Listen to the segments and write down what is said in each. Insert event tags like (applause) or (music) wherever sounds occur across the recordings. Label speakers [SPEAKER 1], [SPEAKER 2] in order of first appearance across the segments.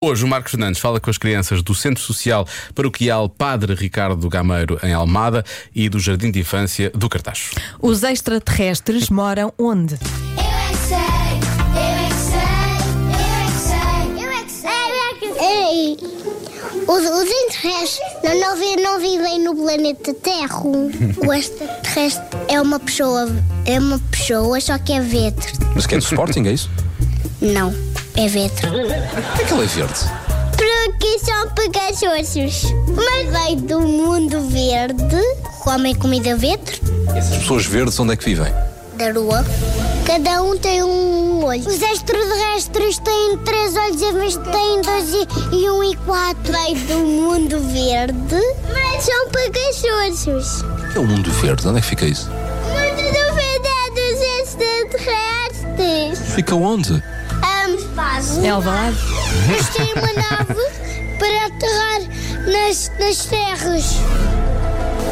[SPEAKER 1] Hoje o Marcos Fernandes fala com as crianças do Centro Social Paroquial Padre Ricardo Gameiro em Almada e do Jardim de Infância do Cartacho.
[SPEAKER 2] Os extraterrestres moram onde?
[SPEAKER 3] Eu é que sei, eu é que sei, eu é que sei, eu é que sei, eu é que sei, eu é que sei. Os, os extraterrestres não, não, vi- não vivem no planeta Terra. O extraterrestre é uma pessoa, é uma pessoa, só que é vetro.
[SPEAKER 4] Mas que é do Sporting, é isso?
[SPEAKER 3] Não, é vetro.
[SPEAKER 4] Como é que ele é verde?
[SPEAKER 3] Porque são pegajosos. Mas vai do mundo verde. Comem comida vetro.
[SPEAKER 4] As pessoas verdes onde é que vivem?
[SPEAKER 3] da rua. Cada um tem um olho. Os extraterrestres têm três olhos, mas têm dois e, e um e quatro. Vem do mundo verde. Mas são preguiçosos.
[SPEAKER 4] O que é o mundo verde? Onde é que fica isso?
[SPEAKER 3] O mundo do verde é dos extraterrestres.
[SPEAKER 4] Fica onde?
[SPEAKER 3] Um,
[SPEAKER 2] É Alvalade?
[SPEAKER 3] Mas tem uma nave para aterrar nas, nas terras.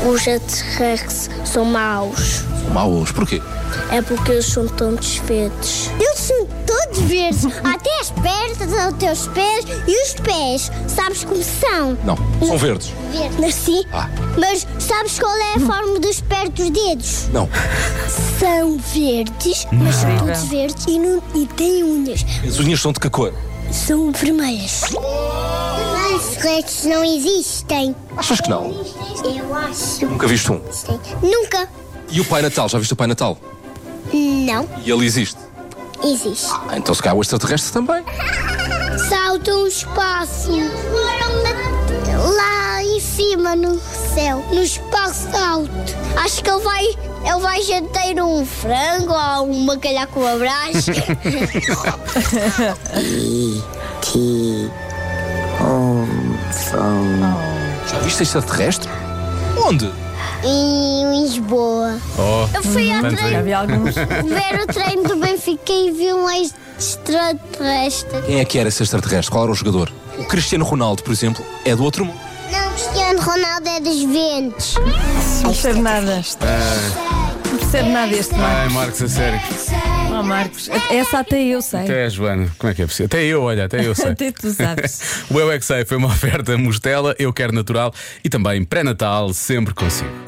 [SPEAKER 3] Os extraterrestres são maus.
[SPEAKER 4] São Maus, porquê?
[SPEAKER 3] É porque eles são todos verdes. Eles são todos verdes.
[SPEAKER 4] (laughs)
[SPEAKER 3] Até as pernas, até os pés e os pés. Sabes como são?
[SPEAKER 4] Não, são verdes.
[SPEAKER 3] Verdes. Sim.
[SPEAKER 4] Ah. Hum.
[SPEAKER 3] Mas sabes qual é a forma dos pés dos dedos?
[SPEAKER 4] Não.
[SPEAKER 3] São verdes, mas são todos verdes e, não, e têm unhas.
[SPEAKER 4] As unhas são de que cor?
[SPEAKER 3] São vermelhas. Mas retos não existem.
[SPEAKER 4] Achas que não?
[SPEAKER 3] Eu acho.
[SPEAKER 4] Nunca viste um.
[SPEAKER 3] Nunca.
[SPEAKER 4] E o Pai Natal? Já viste o Pai Natal?
[SPEAKER 3] Não
[SPEAKER 4] E ele existe.
[SPEAKER 3] existe.
[SPEAKER 4] Ah, então se calhar o extraterrestre também.
[SPEAKER 3] Saltam o um espaço. Foram lá em cima no céu, no espaço alto. Acho que ele vai, ele vai jantar um frango ou um bacalhau com a (laughs) brás.
[SPEAKER 4] Já viste extraterrestre? Onde?
[SPEAKER 3] em um Lisboa.
[SPEAKER 1] (laughs) Oh,
[SPEAKER 3] Eu fui ao
[SPEAKER 1] tanto
[SPEAKER 2] Já
[SPEAKER 1] bem.
[SPEAKER 2] vi alguns.
[SPEAKER 3] ver o treino do Benfica e vi um extraterrestre.
[SPEAKER 4] Quem é que era esse extraterrestre? Qual era o jogador? O Cristiano Ronaldo, por exemplo, é do outro mundo.
[SPEAKER 3] Não, Cristiano Ronaldo é dos Ventes.
[SPEAKER 2] Não percebe nada. Não percebe nada este Marcos.
[SPEAKER 1] Ai, Marcos, a sério.
[SPEAKER 2] Oh, Marcos. Essa até eu sei.
[SPEAKER 1] Até a Joana, como é que é possível? Até eu, olha, até eu sei.
[SPEAKER 2] Até tu sabes.
[SPEAKER 1] o Eu é que sei foi uma oferta Mostela, Eu Quero Natural e também pré-natal, sempre consigo.